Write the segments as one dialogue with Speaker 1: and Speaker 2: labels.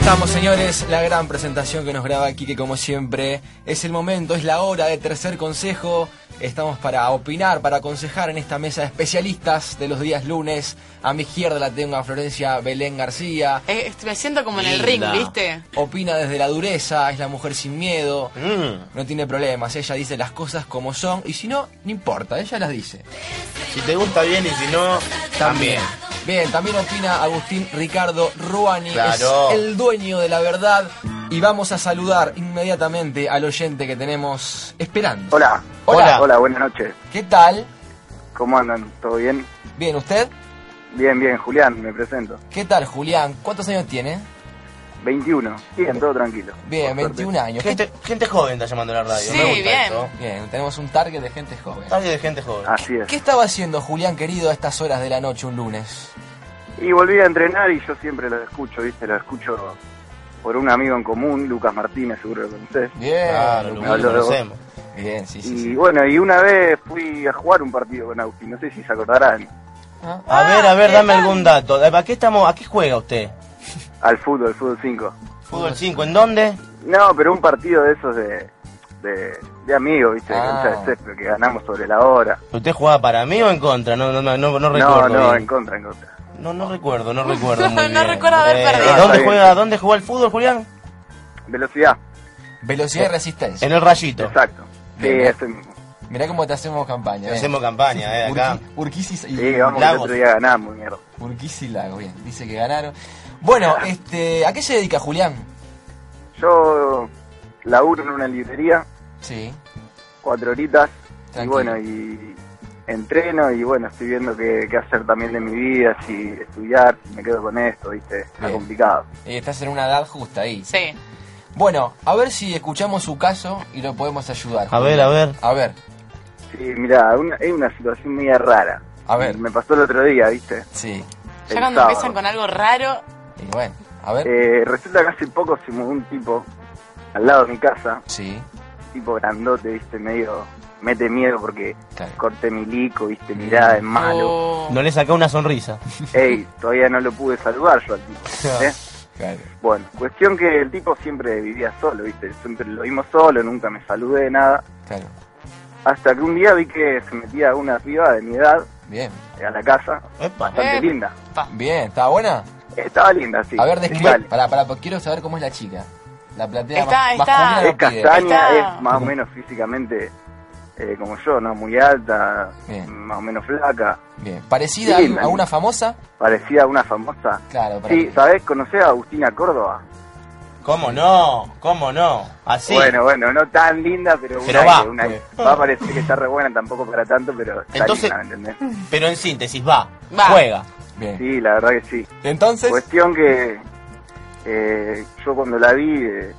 Speaker 1: Estamos señores, la gran presentación que nos graba aquí, que como siempre es el momento, es la hora de tercer consejo. Estamos para opinar, para aconsejar en esta mesa de especialistas de los días lunes. A mi izquierda la tengo a Florencia Belén García.
Speaker 2: Eh, est- me siento como en el ring,
Speaker 3: Linda.
Speaker 2: ¿viste?
Speaker 1: Opina desde la dureza, es la mujer sin miedo, no tiene problemas, ella dice las cosas como son y si no, no importa, ella las dice.
Speaker 3: Si te gusta bien y si no, también.
Speaker 1: Bien, también opina Agustín Ricardo Ruani,
Speaker 3: Claro.
Speaker 1: es el dueño de la verdad. Y vamos a saludar inmediatamente al oyente que tenemos esperando.
Speaker 4: Hola.
Speaker 1: Hola.
Speaker 4: Hola, buenas noches.
Speaker 1: ¿Qué tal?
Speaker 4: ¿Cómo andan? ¿Todo bien?
Speaker 1: Bien, ¿usted?
Speaker 4: Bien, bien, Julián, me presento.
Speaker 1: ¿Qué tal, Julián? ¿Cuántos años tiene?
Speaker 4: 21. Bien, todo tranquilo.
Speaker 1: Bien,
Speaker 4: Por suerte.
Speaker 1: 21 años. ¿Qué-
Speaker 3: Gente, gente joven está llamando a la radio.
Speaker 2: Sí,
Speaker 3: Me gusta
Speaker 2: bien.
Speaker 3: esto.
Speaker 1: Bien, tenemos un target de gente joven.
Speaker 3: Radio de gente joven.
Speaker 4: Así es.
Speaker 1: ¿Qué estaba haciendo Julián querido a estas horas de la noche un lunes?
Speaker 4: Y volví a entrenar y yo siempre lo escucho, ¿viste? Lo escucho por un amigo en común, Lucas Martínez, seguro lo conocés.
Speaker 1: Bien.
Speaker 3: Claro, lo
Speaker 4: Lucas.
Speaker 3: lo conocemos.
Speaker 1: Bien, sí, sí,
Speaker 4: Y
Speaker 1: sí.
Speaker 4: bueno, y una vez fui a jugar un partido con Agustín, no sé si se acordarán,
Speaker 1: Ah,
Speaker 3: A ver, a ver, dame algún dato. Eh, ¿A qué estamos? ¿A qué juega usted?
Speaker 4: al fútbol, al fútbol 5.
Speaker 3: Fútbol 5, ¿en dónde?
Speaker 4: No, pero un partido de esos de, de, de amigos, ¿viste? De cancha
Speaker 1: Ah.
Speaker 4: de césped, que ganamos sobre la hora.
Speaker 3: ¿Usted jugaba para mí o en contra? No, no, no, no, no
Speaker 4: No,
Speaker 3: recuerdo.
Speaker 4: no,
Speaker 3: bien.
Speaker 4: en contra, en contra.
Speaker 3: no, no recuerdo, no recuerdo. muy
Speaker 2: No, no
Speaker 3: bien. Eh,
Speaker 2: recuerdo haber perdido.
Speaker 4: Está
Speaker 3: ¿Dónde
Speaker 4: bien.
Speaker 3: juega, dónde jugó el fútbol, Julián?
Speaker 4: Velocidad,
Speaker 1: Velocidad y resistencia.
Speaker 3: En el rayito.
Speaker 4: exacto. Sí,
Speaker 1: Bien.
Speaker 4: ese mismo.
Speaker 1: Mirá cómo te hacemos campaña. eh.
Speaker 3: Hacemos campaña, eh, acá.
Speaker 1: Urqui- Urquiza y-
Speaker 4: Sí, vamos, que el
Speaker 3: Lagos.
Speaker 4: otro día ganamos, mierda.
Speaker 1: Urquiza y Lago, bien. Dice que ganaron. Bueno, este, ¿a qué se dedica Julián?
Speaker 4: Yo laburo en una librería,
Speaker 1: Sí.
Speaker 4: cuatro horitas, y
Speaker 1: Tranquilo.
Speaker 4: bueno, y entreno y bueno, estoy viendo qué, qué hacer también de mi vida, si estudiar, si me quedo con esto, viste, está
Speaker 1: Bien.
Speaker 4: complicado.
Speaker 1: Eh, estás en una edad justa ahí.
Speaker 2: Sí.
Speaker 1: Bueno, a ver si escuchamos su caso y lo podemos ayudar.
Speaker 3: A ver, a ver.
Speaker 1: A ver,
Speaker 4: Sí, mirá, una- es una situación media rara.
Speaker 1: A ver.
Speaker 4: Me pasó el otro día, viste.
Speaker 1: sí.
Speaker 2: Ya
Speaker 4: El
Speaker 2: cuando
Speaker 4: sábado.
Speaker 2: empiezan con algo raro,
Speaker 1: Y bueno, a ver.
Speaker 4: Eh, resulta que hace poco se mudó un tipo al lado de mi casa,
Speaker 1: Sí,
Speaker 4: tipo grandote, viste, medio mete miedo porque
Speaker 1: claro. Mm. Oh.
Speaker 4: corte milico, viste, mirada es malo.
Speaker 2: o-
Speaker 3: No le saca una sonrisa.
Speaker 4: Ey, todavía no lo pude saludar yo al tipo. ¿eh?
Speaker 1: claro.
Speaker 4: Bueno, cuestión que el tipo siempre vivía solo, ¿viste? Siempre lo vimos solo, nunca me saludé, nada.
Speaker 1: claro.
Speaker 4: Hasta que un día vi que se metía una piba de mi edad
Speaker 1: Bien,
Speaker 4: eh, a la casa,
Speaker 3: Epa.
Speaker 4: bastante
Speaker 2: Eh.
Speaker 4: linda.
Speaker 2: Pa.
Speaker 1: bien, ¿está buena?
Speaker 4: Estaba linda, sí.
Speaker 1: A ver,
Speaker 4: Dale.
Speaker 1: describe. Pará, pará, porque quiero saber cómo es la chica. La platea
Speaker 2: Está-
Speaker 1: más,
Speaker 2: está-
Speaker 1: masculina
Speaker 4: Es
Speaker 1: lo pide.
Speaker 4: castaña,
Speaker 2: Está-
Speaker 4: es más o menos físicamente eh, como yo, ¿no? Muy alta,
Speaker 1: Bien.
Speaker 4: más o menos flaca,
Speaker 1: Bien. ¿Parecida
Speaker 4: Sí,
Speaker 1: a, a una
Speaker 4: man.
Speaker 1: famosa?
Speaker 4: parecida a una famosa.
Speaker 1: Claro, para
Speaker 4: Sí, ¿sabés? ¿Conocés a Agustina Córdoba?
Speaker 3: ¿Cómo no? ¿Cómo no? Así.
Speaker 4: Bueno, bueno, no tan linda, pero,
Speaker 3: Pero
Speaker 4: una,
Speaker 3: va.
Speaker 4: que- una que- va a parecer que está re buena, tampoco para tanto, pero está
Speaker 3: Entonces- Mm.
Speaker 4: linda, ¿me entendés?
Speaker 3: Pero en síntesis, va.
Speaker 2: Va.
Speaker 3: Juega.
Speaker 1: Bien.
Speaker 4: Sí, Pues- la verdad que sí.
Speaker 1: Entonces,
Speaker 4: Cuestión que eh, yo cuando la vi, eh,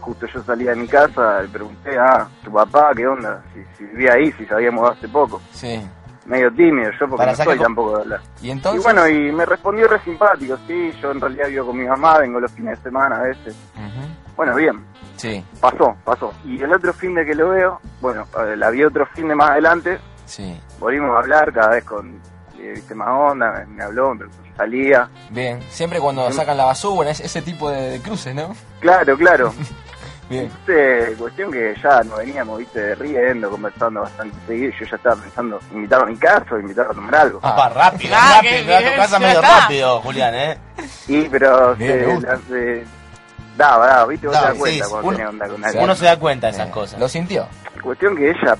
Speaker 4: justo yo salía de mi casa, le pregunté, ah, tu papá, ¿qué onda? Si, si vivía ahí, si se había mudado hace poco.
Speaker 1: sí.
Speaker 4: Medio tímido yo porque
Speaker 3: Para
Speaker 4: no
Speaker 3: sacar
Speaker 4: soy
Speaker 3: co-
Speaker 4: tampoco de hablar.
Speaker 1: Y entonces.
Speaker 4: Y bueno, y me respondió re simpático, sí, yo en realidad vivo con mi mamá, vengo los fines de semana a veces.
Speaker 1: Ujú.
Speaker 4: Bueno, bien,
Speaker 1: Sí,
Speaker 4: pasó, pasó. Y el otro fin de que lo veo, bueno, eh, la vi otro fin de más adelante,
Speaker 1: sí.
Speaker 4: volvimos a hablar cada vez con, eh, viste, más onda, me, me habló, me preguntó si salía.
Speaker 1: Bien. Siempre cuando
Speaker 4: Bien.
Speaker 1: sacan la basura, es- ese tipo de, de cruces, ¿no?
Speaker 4: Claro, claro,
Speaker 1: Bien.
Speaker 4: Este, cuestión que ya nos veníamos, viste, riendo, conversando bastante seguido. Yo ya estaba pensando invitarlo a mi casa o invitarlo a tomar algo.
Speaker 1: Ah.
Speaker 3: Papá, rápido,
Speaker 2: Ah,
Speaker 3: rápido.
Speaker 2: qué
Speaker 3: que va a tu
Speaker 2: bien,
Speaker 3: casa
Speaker 2: ya
Speaker 3: medio
Speaker 2: está.
Speaker 3: rápido, Julián, ¿eh?
Speaker 4: Y, pero
Speaker 1: Bien, me
Speaker 4: se,
Speaker 1: gusta.
Speaker 4: la- se- daba, daba, viste, vos
Speaker 3: Daba,
Speaker 4: te das cuenta
Speaker 3: sí,
Speaker 4: cuando
Speaker 3: uno-
Speaker 4: tenés onda con
Speaker 1: Sí.
Speaker 4: alguien.
Speaker 3: Uno se da cuenta de esas
Speaker 1: Eh,
Speaker 3: cosas.
Speaker 1: Lo sintió.
Speaker 4: Cuestión que ella,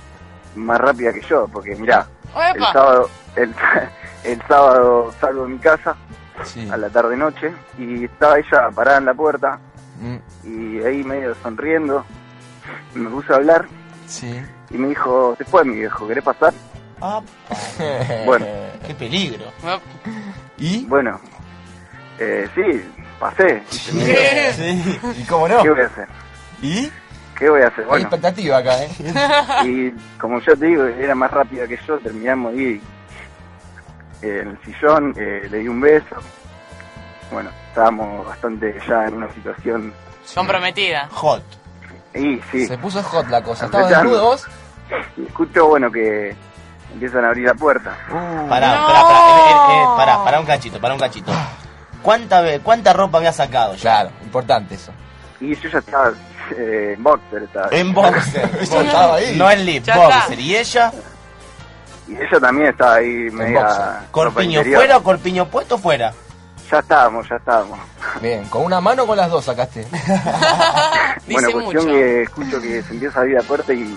Speaker 4: más rápida que yo, porque mirá, el
Speaker 2: ¡Epa!
Speaker 4: sábado, el, el sábado salgo de mi casa
Speaker 1: Sí.
Speaker 4: a la tarde-noche y estaba ella parada en la puerta
Speaker 1: Mm,
Speaker 4: y ahí medio sonriendo. Me puse a hablar
Speaker 1: sí.
Speaker 4: y me dijo, después mi viejo, ¿querés pasar?
Speaker 3: Ah,
Speaker 4: Bueno.
Speaker 3: qué peligro.
Speaker 2: Op.
Speaker 1: ¿Y?
Speaker 4: Bueno, Eh, sí, pasé.
Speaker 1: Sí. ¿Y cómo no?
Speaker 4: ¿Qué voy a hacer?
Speaker 1: ¿Y?
Speaker 4: ¿Qué voy a hacer?
Speaker 1: Hay
Speaker 4: Bueno,
Speaker 1: expectativa acá, ¿eh?
Speaker 4: y como yo te digo, era más rápida que yo, terminamos ahí eh, en el sillón, eh, le di un beso. Bueno, estábamos bastante ya en una situación...
Speaker 2: Comprometida.
Speaker 3: Hot.
Speaker 4: Y sí,
Speaker 1: Se puso hot la cosa. ¿Estabas
Speaker 4: Empezando.
Speaker 1: desnudo vos?
Speaker 4: y escucho, bueno, que empiezan a abrir la puerta.
Speaker 3: Pará,
Speaker 2: No.
Speaker 3: pará, pará, eh, eh, eh, pará, pará un cachito, pará un cachito. ¿Cuánta, ve- cuánta ropa había sacado ya?
Speaker 1: Claro, importante eso.
Speaker 4: Y yo ya estaba eh, en boxer, estaba.
Speaker 3: En
Speaker 1: Boxer.
Speaker 3: boxer.
Speaker 1: Vos estaba ahí.
Speaker 3: No en lip,
Speaker 2: Ya
Speaker 3: boxer.
Speaker 2: está.
Speaker 3: ¿Y ella?
Speaker 4: Y ella también estaba ahí media...
Speaker 1: boxer.
Speaker 3: ¿Corpiño
Speaker 4: ropa interior.
Speaker 3: fuera o corpiño puesto fuera?
Speaker 4: Ya estábamos, ya estábamos.
Speaker 1: Bien, con una mano o con las dos sacaste.
Speaker 2: Dice
Speaker 4: bueno, cuestión
Speaker 2: mucho.
Speaker 4: que escucho que se empieza a abrir la puerta y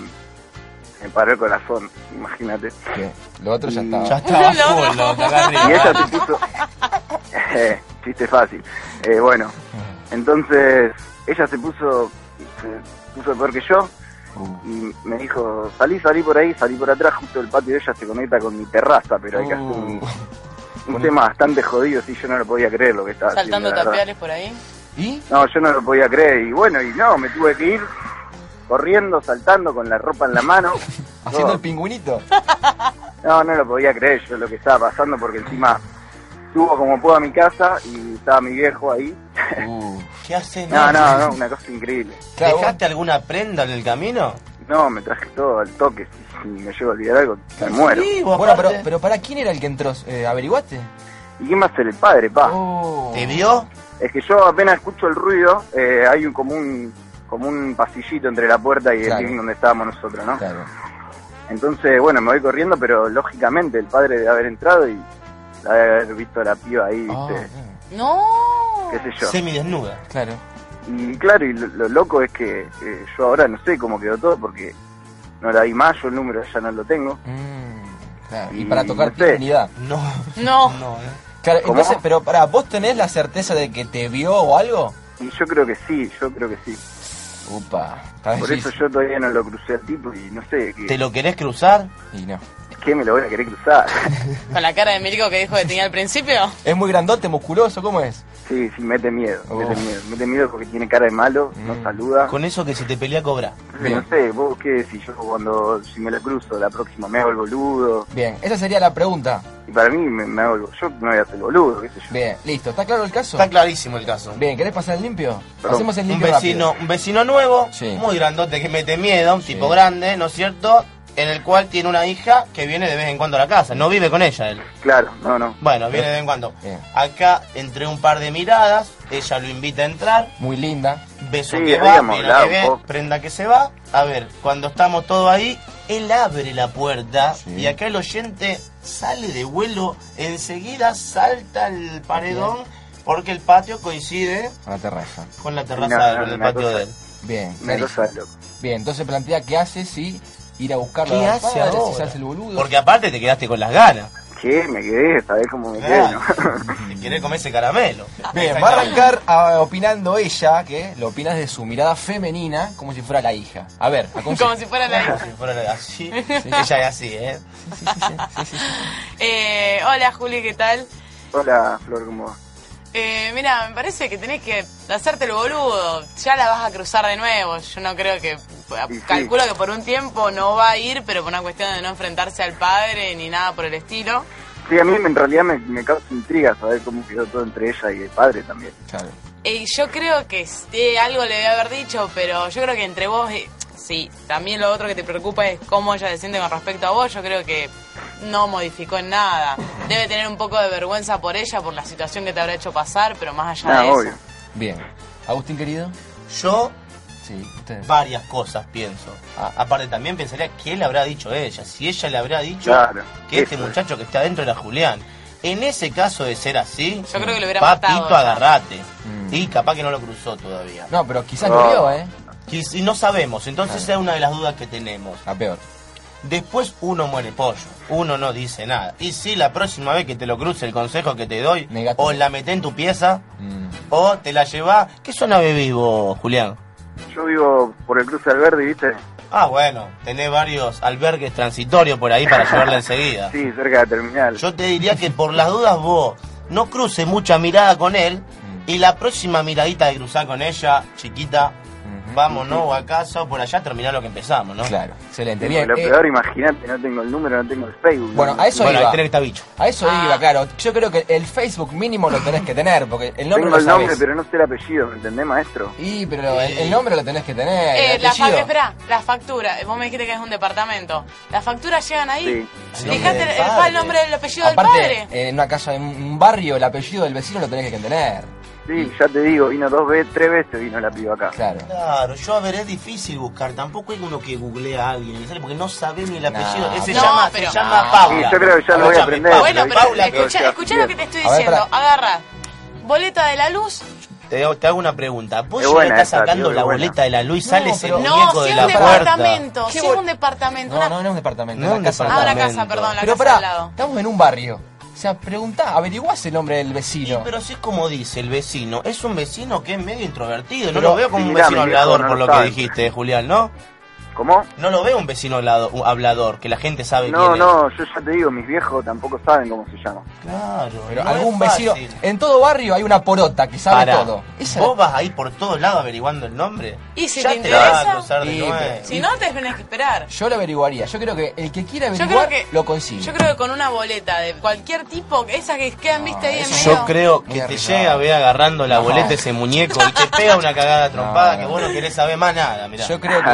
Speaker 4: me paró el corazón, imagínate.
Speaker 1: Bien, lo otro ya estaba.
Speaker 3: Ya estaba
Speaker 2: No, no.
Speaker 3: full, loco, acá arriba.
Speaker 4: Y ella se puso... Eh, chiste fácil. Eh, bueno, entonces ella se puso, se puso peor que yo y me dijo, salí, salí por ahí, salí por atrás, justo el patio de ella se conecta con mi terraza,
Speaker 1: Uh,
Speaker 4: pero hay que hacer un, un tema bastante jodido, si yo no lo podía creer lo que estaba
Speaker 2: Saltando
Speaker 4: haciendo. la verdad.
Speaker 2: tapiales por ahí.
Speaker 1: ¿Y?
Speaker 4: No, yo no lo podía creer. Y bueno, y no, me tuve que ir corriendo, saltando con la ropa en la mano.
Speaker 1: Haciendo
Speaker 4: No,
Speaker 1: el pingüinito.
Speaker 4: no, no lo podía creer yo lo que estaba pasando porque encima subo como puedo a mi casa y estaba mi viejo ahí.
Speaker 1: Uh.
Speaker 3: ¿Qué haces?
Speaker 4: No, no, no, una cosa increíble.
Speaker 1: Claro, vos-
Speaker 3: ¿Dejaste alguna prenda en el camino?
Speaker 4: No, me traje todo al toque. Si, si me llevo a olvidar algo, me muero.
Speaker 3: Sí, vos
Speaker 1: Bueno, pero,
Speaker 3: aparte-
Speaker 1: pero para quién era el que entró, Eh, ¿averiguaste?
Speaker 4: ¿Y quién va a ser el padre, pa?
Speaker 1: Oh.
Speaker 3: ¿Te vio?
Speaker 4: Es que yo apenas escucho el ruido, eh, hay un, como un como un pasillito entre la puerta y el
Speaker 1: Claro.
Speaker 4: living donde estábamos nosotros, ¿no?
Speaker 1: Claro.
Speaker 4: Entonces, bueno, me voy corriendo, pero lógicamente el padre debe haber entrado y la debe haber visto a la piba ahí,
Speaker 1: Ah,
Speaker 4: ¿viste?
Speaker 2: No.
Speaker 4: qué sé yo.
Speaker 3: Semidesnuda.
Speaker 1: claro.
Speaker 4: Y claro, y lo, lo loco es que eh, yo ahora no sé cómo quedó todo porque no la vi más, yo el número ya no lo tengo.
Speaker 1: Mm, claro. Y
Speaker 4: Y
Speaker 1: para tocar
Speaker 4: no sé.
Speaker 1: dignidad.
Speaker 3: No.
Speaker 2: No.
Speaker 3: No, eh.
Speaker 1: Claro,
Speaker 4: ¿Cómo?
Speaker 1: entonces, pero para, ¿vos tenés la certeza de que te vio o algo?
Speaker 4: Y yo creo que sí, yo creo que sí.
Speaker 1: Upa, está
Speaker 4: Por eso
Speaker 1: difícil.
Speaker 4: yo todavía no lo crucé al tipo y no sé,
Speaker 3: ¿Te
Speaker 4: ¿qué,
Speaker 3: lo querés cruzar?
Speaker 1: Y no.
Speaker 4: qué me lo voy a querer cruzar?
Speaker 2: Con la cara de Milico que dijo que tenía al principio.
Speaker 1: ¿Es muy grandote, musculoso? ¿Cómo es?
Speaker 4: sí, sí, mete miedo, mete
Speaker 1: Uf.
Speaker 4: miedo. Mete miedo porque tiene cara de malo, no saluda.
Speaker 3: Oh. Mm. Con eso que se te pelea cobra.
Speaker 4: Entonces, no
Speaker 1: Bien.
Speaker 4: sé, vos qué decís, yo cuando, si me lo cruzo la próxima me hago el boludo.
Speaker 1: Bien, esa sería la pregunta.
Speaker 4: Y para mí me, me hago el, yo no voy a hacer el boludo, qué sé yo.
Speaker 1: Bien, listo. ¿Está claro el caso?
Speaker 3: Está clarísimo el caso.
Speaker 1: Bien, ¿querés pasar el limpio?
Speaker 4: Perdón.
Speaker 1: Hacemos el
Speaker 3: Un
Speaker 1: limpio
Speaker 3: vecino, un vecino nuevo,
Speaker 1: Sí.
Speaker 3: muy grandote que mete miedo, un tipo grande, ¿no es cierto? En el cual tiene una hija que viene de vez en cuando a la casa. No vive con ella él.
Speaker 4: Claro, no, no.
Speaker 3: Bueno, viene de vez en cuando.
Speaker 1: Bien.
Speaker 3: Acá, entre un par de miradas, ella lo invita a entrar.
Speaker 1: rápido. Muy linda.
Speaker 3: Beso
Speaker 4: Sí,
Speaker 3: que va,
Speaker 4: habíamos
Speaker 3: mira
Speaker 4: hablado
Speaker 3: que
Speaker 4: un
Speaker 3: ve,
Speaker 4: poco.
Speaker 3: prenda que se va. A ver, cuando estamos todos ahí, él abre la puerta
Speaker 1: Sí.
Speaker 3: y acá el oyente sale de vuelo, enseguida salta el paredón porque el patio coincide
Speaker 1: A la terraza.
Speaker 3: con la
Speaker 4: No,
Speaker 3: terraza
Speaker 4: no,
Speaker 3: del
Speaker 4: una
Speaker 3: patio
Speaker 4: cosa.
Speaker 3: de él.
Speaker 1: Bien,
Speaker 4: Una
Speaker 1: clarísimo.
Speaker 4: cosa de loco.
Speaker 1: Bien, entonces plantea qué hace si ir a buscarlo
Speaker 3: ¿Qué
Speaker 1: a los
Speaker 3: hace
Speaker 1: padres,
Speaker 3: ahora?
Speaker 1: si se hace el boludo.
Speaker 3: Porque aparte te quedaste con las ganas.
Speaker 4: Che, me quedé, sabés cómo me quedé, ¿no?
Speaker 3: Te
Speaker 4: Mm.
Speaker 3: querés comer ese caramelo.
Speaker 1: Bien, va a arrancar ah, opinando ella, que lo opina desde su mirada femenina, como si fuera la hija. A ver, aconseja.
Speaker 2: Como si fuera la hija.
Speaker 3: Si fuera así, ella es así, ¿eh?
Speaker 2: Eh, hola Juli, ¿qué tal?
Speaker 4: Hola, Flor, ¿cómo va?
Speaker 2: Eh, mira, me parece que tenés que hacerte el boludo. Ya la vas a cruzar de nuevo. Yo no creo que.
Speaker 4: sí.
Speaker 2: Calculo que por un tiempo no va a ir, pero por una cuestión de no enfrentarse al padre ni nada por el estilo.
Speaker 4: Sí, a mí en realidad me, me causa intriga saber cómo quedó todo entre ella y el padre también.
Speaker 1: Claro.
Speaker 2: Eh, yo creo que sí, algo le debe haber dicho, pero yo creo que entre vos, eh, sí, también lo otro que te preocupa es cómo ella se siente con respecto a vos. Yo creo que no modificó en nada. Debe tener un poco de vergüenza por ella, por la situación que te habrá hecho pasar, pero más allá
Speaker 4: Ah,
Speaker 2: de eso.
Speaker 4: obvio.
Speaker 1: Bien. Agustín, querido.
Speaker 3: Yo
Speaker 1: Sí, usted.
Speaker 3: varias cosas pienso.
Speaker 1: Ah.
Speaker 3: Aparte también pensaría qué le habrá dicho ella, si ella le habrá dicho
Speaker 4: Claro,
Speaker 3: que este
Speaker 4: eso es.
Speaker 3: muchacho que está adentro era Julián. En ese caso de ser así,
Speaker 2: Yo creo que lo hubiera
Speaker 3: papito
Speaker 2: matado, ya.
Speaker 3: agarrate. Y capaz que no lo cruzó todavía.
Speaker 1: No, pero quizás lo vio, ¿eh?
Speaker 3: Y si no sabemos, entonces esa es una de las dudas que tenemos.
Speaker 1: La peor.
Speaker 3: Después uno muere pollo, uno no dice nada. Y si la próxima vez que te lo cruce el consejo que te doy,
Speaker 1: Negativo.
Speaker 3: o la meté en tu pieza,
Speaker 1: Mm.
Speaker 3: o te la llevás... ¿Qué zona bebís vos, Julián?
Speaker 4: Yo vivo por el cruce al verde, ¿viste?
Speaker 3: Ah, bueno, tenés varios albergues transitorios por ahí para llevarla enseguida.
Speaker 4: Sí, cerca de la terminal.
Speaker 3: Yo te diría que por las dudas vos no cruce mucha mirada con él y la próxima miradita de cruzar con ella, chiquita, vámonos o a casa o por allá, terminar lo que empezamos, ¿no?
Speaker 1: Claro, excelente.
Speaker 4: Digo,
Speaker 1: Bien.
Speaker 4: Lo
Speaker 1: eh,
Speaker 4: peor, imagínate, no tengo el número, no tengo el Facebook.
Speaker 1: Bueno,
Speaker 4: no-
Speaker 1: a eso
Speaker 3: bueno,
Speaker 1: iba.
Speaker 3: ahí tenés que estar bicho.
Speaker 1: A eso
Speaker 2: Ah.
Speaker 1: iba, claro. Yo creo que el Facebook mínimo lo tenés que tener, porque el nombre
Speaker 4: Tengo el
Speaker 1: lo
Speaker 4: nombre,
Speaker 1: sabés.
Speaker 4: pero no sé el apellido, ¿me entendés, maestro?
Speaker 1: Y, pero el, el nombre lo tenés que tener.
Speaker 2: Eh,
Speaker 1: el
Speaker 2: la
Speaker 1: apellido.
Speaker 2: factura, espera, la factura. Eh, Vos me dijiste que es un departamento. ¿Las facturas llegan ahí?
Speaker 1: El nombre
Speaker 2: Fijate
Speaker 1: del
Speaker 2: el, el,
Speaker 1: padre.
Speaker 2: nombre del apellido del
Speaker 1: Aparte,
Speaker 2: padre.
Speaker 1: eh, en una casa, en un barrio, el apellido del vecino lo tenés que tener.
Speaker 4: Sí, ya te digo, vino dos veces, tres veces vino la piba acá.
Speaker 1: Claro.
Speaker 3: Claro, yo a ver, es difícil buscar, tampoco es uno que googlea a alguien, ¿sale? porque no sabe ni el apellido,
Speaker 1: No,
Speaker 3: ese
Speaker 2: no,
Speaker 3: llama,
Speaker 2: pero-
Speaker 3: se llama
Speaker 1: no.
Speaker 4: Sí,
Speaker 3: Paula.
Speaker 4: yo creo que ya lo voy a
Speaker 3: Escúchame,
Speaker 4: aprender.
Speaker 3: Paula,
Speaker 2: bueno, pero
Speaker 3: Ah, Paula,
Speaker 4: ¿viste?
Speaker 2: escucha, escucha lo que te estoy
Speaker 1: A ver,
Speaker 2: diciendo.
Speaker 1: pará.
Speaker 2: Agarra boleta de la luz.
Speaker 3: Te, hago- te hago una pregunta. ¿Vos
Speaker 4: Es
Speaker 3: ya le
Speaker 4: buena
Speaker 3: estás
Speaker 4: esa,
Speaker 3: sacando
Speaker 4: tío, es
Speaker 3: la
Speaker 4: buena.
Speaker 3: boleta de la luz y
Speaker 1: No,
Speaker 3: sale ese
Speaker 1: pero-
Speaker 3: muñeco
Speaker 2: No, si
Speaker 3: de
Speaker 2: es
Speaker 3: la
Speaker 2: un
Speaker 3: puerta?
Speaker 2: departamento. Si es un departamento.
Speaker 1: No,
Speaker 2: una-
Speaker 1: no, no es un departamento,
Speaker 3: No,
Speaker 1: es
Speaker 3: un
Speaker 1: una casa.
Speaker 2: Ah, una casa,
Speaker 3: departamento.
Speaker 2: perdón, la
Speaker 1: pero
Speaker 2: casa
Speaker 1: pará,
Speaker 2: al lado.
Speaker 1: estamos en un barrio. O sea, preguntá, averiguás el nombre del
Speaker 3: Sí,
Speaker 1: vecino.
Speaker 3: pero si es como dice el vecino, es un vecino que es medio introvertido.
Speaker 4: Pero-
Speaker 3: no lo veo como un
Speaker 4: Mirá,
Speaker 3: vecino
Speaker 4: mi viejo
Speaker 3: hablador,
Speaker 4: no
Speaker 3: por
Speaker 4: lo
Speaker 3: lo que
Speaker 4: sabe.
Speaker 3: dijiste, Julián, ¿no?
Speaker 4: ¿Cómo?
Speaker 3: No lo veo un vecino hablado- un hablador, que la gente sabe quién
Speaker 4: No,
Speaker 3: es.
Speaker 4: no, yo ya te digo, mis viejos tampoco saben cómo se llama.
Speaker 3: Claro,
Speaker 1: Pero
Speaker 3: no
Speaker 1: algún
Speaker 3: es
Speaker 1: vecino.
Speaker 3: fácil.
Speaker 1: En todo barrio hay una porota que sabe
Speaker 3: Pará,
Speaker 1: todo. Esa-
Speaker 3: ¿Vos vas a ir por todos lados averiguando el nombre?
Speaker 2: ¿Y si te
Speaker 3: ya va
Speaker 2: interesa?
Speaker 3: a cruzar de
Speaker 1: Sí,
Speaker 3: nuevo.
Speaker 1: pero-
Speaker 2: Si no, te tenés que esperar.
Speaker 1: Yo lo averiguaría. Yo creo que el que quiera
Speaker 2: Yo
Speaker 1: averiguar
Speaker 2: creo que.
Speaker 1: lo consigue.
Speaker 2: Yo creo que con una boleta de cualquier tipo, esas que quedan, viste, ahí en
Speaker 1: eso-
Speaker 2: medio.
Speaker 3: Yo creo
Speaker 1: Qué
Speaker 3: que te
Speaker 1: raro.
Speaker 3: llega, ve agarrando la
Speaker 1: No.
Speaker 3: boleta ese muñeco y te pega una cagada trompada
Speaker 1: No,
Speaker 3: que
Speaker 1: no.
Speaker 3: vos no querés saber más nada, mirá.
Speaker 1: Yo creo que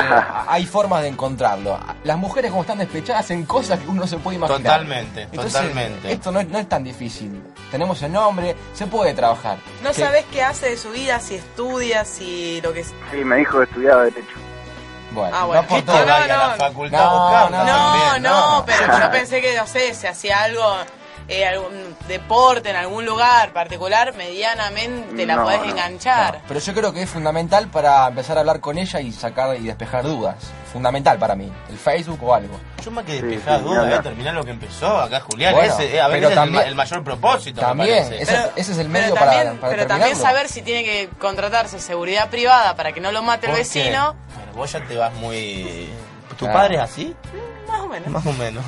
Speaker 1: hay formas de encontrarlo. Las mujeres como están despechadas hacen cosas que uno no se puede imaginar.
Speaker 3: Totalmente,
Speaker 1: Entonces,
Speaker 3: totalmente.
Speaker 1: Esto no, es- no es tan difícil. Tenemos el nombre, se puede trabajar.
Speaker 5: No
Speaker 1: Que-
Speaker 5: sabes qué hace de su vida, si estudia, si lo que es.
Speaker 4: Sí, me dijo que estudiaba Derecho.
Speaker 1: Bueno,
Speaker 5: Ah, bueno.
Speaker 1: no
Speaker 3: ¿Qué
Speaker 1: por
Speaker 3: te
Speaker 1: todo.
Speaker 5: No,
Speaker 3: vaya a la
Speaker 5: no.
Speaker 3: facultad
Speaker 1: No,
Speaker 3: buscando
Speaker 1: no,
Speaker 3: también,
Speaker 5: no, no, pero yo pensé que, no sé, se hacía algo, eh, algún deporte en algún lugar particular, medianamente la
Speaker 4: No,
Speaker 5: podés
Speaker 4: no,
Speaker 5: enganchar.
Speaker 1: Pero yo creo que es fundamental para empezar a hablar con ella y sacar y despejar dudas. Fundamental para mí. El Facebook o algo.
Speaker 3: Yo más que
Speaker 4: Sí,
Speaker 3: despejada
Speaker 4: sí,
Speaker 3: duda,
Speaker 4: ni
Speaker 3: eh,
Speaker 4: hablar.
Speaker 3: terminar lo que empezó acá, Julián.
Speaker 1: Bueno,
Speaker 3: ese, eh, a ver,
Speaker 1: pero
Speaker 3: ese es el ma-
Speaker 1: también-
Speaker 3: el mayor propósito, me
Speaker 1: También,
Speaker 3: parece.
Speaker 1: ese,
Speaker 5: Pero-
Speaker 1: ese es el
Speaker 5: pero
Speaker 1: medio
Speaker 5: también-
Speaker 1: para, para
Speaker 5: Pero también
Speaker 1: terminarlo.
Speaker 5: saber si tiene que contratarse seguridad privada para que no lo mate el
Speaker 3: ¿Por qué?
Speaker 5: vecino,
Speaker 3: Bueno, vos ya te vas muy... ¿Tu
Speaker 1: Ah.
Speaker 3: padre es así?
Speaker 5: más o menos.
Speaker 3: Más o menos.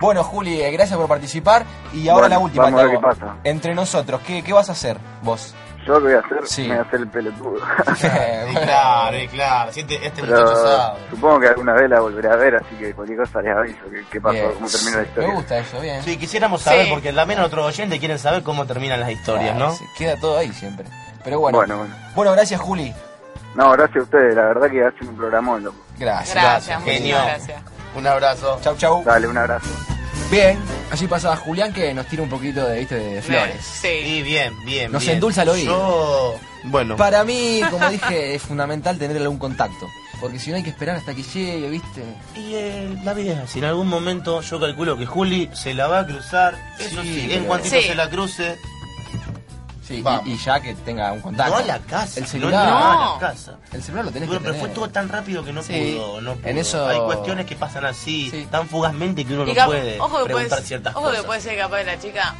Speaker 1: Bueno, Juli, eh, gracias por participar. Y ahora
Speaker 4: Bueno,
Speaker 1: la última.
Speaker 4: vamos a ver
Speaker 1: Tavo.
Speaker 4: qué pasa.
Speaker 1: Entre nosotros, ¿qué, ¿qué vas a hacer vos?
Speaker 4: Yo lo que voy a hacer,
Speaker 1: Sí.
Speaker 4: me voy a hacer el pelotudo.
Speaker 3: Y claro, y claro. Si este, este
Speaker 4: Pero
Speaker 3: muchacho sabe.
Speaker 4: supongo que alguna vez la volveré a ver, así que cualquier cosa les aviso qué, qué pasó,
Speaker 1: Bien.
Speaker 4: cómo terminó la
Speaker 1: Me
Speaker 4: historia.
Speaker 1: gusta eso, bien.
Speaker 3: Sí, quisiéramos saber,
Speaker 2: Sí.
Speaker 3: porque también otros oyentes quieren saber cómo terminan las historias,
Speaker 1: Claro,
Speaker 3: ¿no?
Speaker 1: sí, Queda todo ahí siempre. Pero bueno.
Speaker 4: Bueno, bueno.
Speaker 1: Bueno, gracias, Juli.
Speaker 4: No, gracias a ustedes, la verdad que hacen un programón, loco.
Speaker 1: Gracias.
Speaker 2: Gracias,
Speaker 3: Genio.
Speaker 2: muchas gracias.
Speaker 3: Un abrazo.
Speaker 1: Chau, chau.
Speaker 4: Dale, un abrazo.
Speaker 1: Bien, así pasa Julián que nos tira un poquito de, ¿viste? de flores.
Speaker 2: Sí.
Speaker 3: Y bien, bien.
Speaker 1: Nos
Speaker 3: bien.
Speaker 1: endulza el oído.
Speaker 3: Yo. Bueno.
Speaker 1: Para mí, como dije, es fundamental tener algún contacto. Porque si no hay que esperar hasta que llegue, ¿viste?
Speaker 3: Y eh, la vida, si en algún momento yo calculo que Juli se la va a cruzar, eso
Speaker 1: Sí,
Speaker 3: sí, en
Speaker 1: pero-
Speaker 3: cuantito
Speaker 2: Sí.
Speaker 3: se la cruce,
Speaker 1: Sí,
Speaker 3: Vamos.
Speaker 1: y, y ya que tenga un contacto.
Speaker 3: no a la casa,
Speaker 1: El
Speaker 3: no,
Speaker 1: celular.
Speaker 3: no, a
Speaker 2: No.
Speaker 3: la casa.
Speaker 1: El celular lo tenés
Speaker 3: Bueno,
Speaker 1: que
Speaker 3: pero
Speaker 1: tener.
Speaker 3: fue todo tan rápido que no
Speaker 1: Sí.
Speaker 3: pudo, no pudo.
Speaker 1: En eso-
Speaker 3: Hay cuestiones que pasan así,
Speaker 1: Sí.
Speaker 3: tan fugazmente que uno
Speaker 2: Y
Speaker 3: no
Speaker 2: cap-
Speaker 3: puede
Speaker 2: ojo que
Speaker 3: preguntar
Speaker 2: puede,
Speaker 3: ciertas
Speaker 2: ojo
Speaker 3: cosas.
Speaker 2: que puede ser capaz de la chica,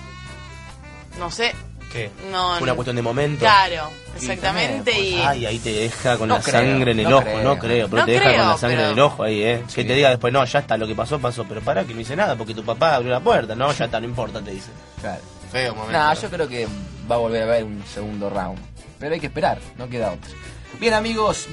Speaker 2: no sé,
Speaker 3: ¿Qué?
Speaker 2: no...
Speaker 3: Una cuestión de momento.
Speaker 2: Claro, exactamente,
Speaker 1: también,
Speaker 2: y...
Speaker 3: pues, Ay, ahí te deja con
Speaker 1: No
Speaker 3: la
Speaker 1: creo,
Speaker 3: sangre en el
Speaker 1: no
Speaker 3: ojo,
Speaker 1: creo.
Speaker 3: no creo, pero
Speaker 2: No
Speaker 3: te deja
Speaker 2: creo,
Speaker 3: con la sangre
Speaker 2: pero-
Speaker 3: en el ojo ahí, ¿eh?
Speaker 1: Sí.
Speaker 3: Que te diga después, no, ya está, lo que pasó, pasó, pero pará que no hice nada porque tu papá abrió la puerta, no, ya está, no importa, te dice.
Speaker 1: Claro.
Speaker 3: Feo momento.
Speaker 1: Nah, yo creo que va a volver a haber un segundo round. Pero hay que esperar, no queda otro. Bien amigos,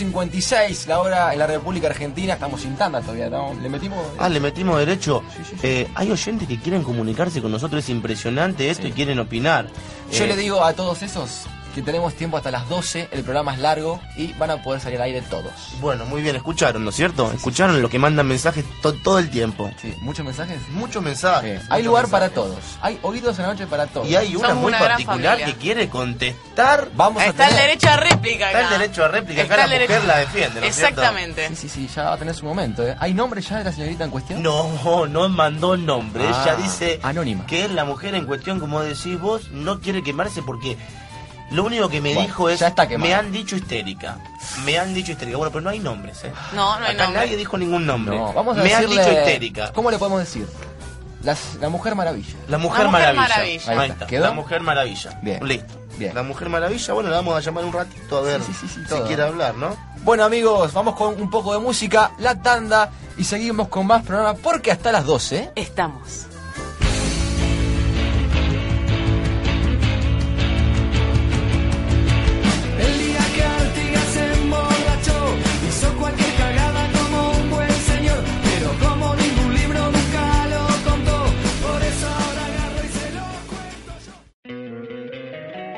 Speaker 1: 22.56 la hora en la República Argentina. Estamos sin tanda todavía, ¿no? ¿Le metimos?
Speaker 3: Ah, le metimos derecho.
Speaker 1: Sí, sí, sí.
Speaker 3: Eh, hay oyentes que quieren comunicarse con nosotros, es impresionante esto y quieren opinar.
Speaker 1: Yo
Speaker 3: Eh,
Speaker 1: le digo a todos esos que tenemos tiempo hasta las 12, el programa es largo y van a poder salir al aire todos.
Speaker 3: Bueno, muy bien, escucharon, ¿no es cierto? Escucharon lo que mandan mensajes to- todo el tiempo.
Speaker 1: Sí, ¿Muchos mensajes?
Speaker 3: Muchos mensajes.
Speaker 1: hay
Speaker 3: muchos
Speaker 1: lugar para
Speaker 3: mensajes.
Speaker 1: todos. Hay oídos en la noche para todos.
Speaker 3: Y hay una
Speaker 2: Somos
Speaker 3: muy
Speaker 2: una gran
Speaker 3: particular
Speaker 2: familia.
Speaker 3: que quiere contestar.
Speaker 1: Vamos a
Speaker 2: Está el
Speaker 1: tener-
Speaker 2: derecho a réplica acá.
Speaker 3: Está el derecho a réplica, acá la mujer la defiende, ¿no es cierto?
Speaker 2: Exactamente.
Speaker 1: Sí, sí, sí, ya va a tener su momento. ¿eh? ¿Hay nombre ya de la señorita en cuestión?
Speaker 3: No, no mandó nombre.
Speaker 1: Ah,
Speaker 3: Ella dice
Speaker 1: anónima.
Speaker 3: que la mujer en cuestión, como decís vos, no quiere quemarse porque lo único que me
Speaker 1: Bueno,
Speaker 3: dijo es,
Speaker 1: ya está quemada.
Speaker 3: me han dicho histérica. Me han dicho histérica. Bueno, pero no hay nombres, ¿eh?
Speaker 2: No, no hay
Speaker 3: Acá
Speaker 2: nombre.
Speaker 3: nadie dijo ningún nombre.
Speaker 1: No, vamos a
Speaker 3: me
Speaker 1: decirle-
Speaker 3: han dicho histérica.
Speaker 1: ¿Cómo le podemos decir? Las- la Mujer Maravilla.
Speaker 3: La Mujer
Speaker 2: La Mujer
Speaker 3: Maravilla.
Speaker 2: Maravilla.
Speaker 3: Ahí
Speaker 1: Ahí
Speaker 3: está.
Speaker 1: está. ¿Quedó?
Speaker 3: La Mujer Maravilla.
Speaker 1: Bien.
Speaker 3: Listo.
Speaker 1: Bien.
Speaker 3: La Mujer Maravilla, bueno, la vamos a llamar un ratito a ver
Speaker 1: Sí, sí, sí, sí,
Speaker 3: si
Speaker 1: todo.
Speaker 3: quiere hablar, ¿no?
Speaker 1: Bueno amigos, vamos con un poco de música, la tanda y seguimos con más programa porque hasta las 12
Speaker 5: Estamos.
Speaker 1: Estamos.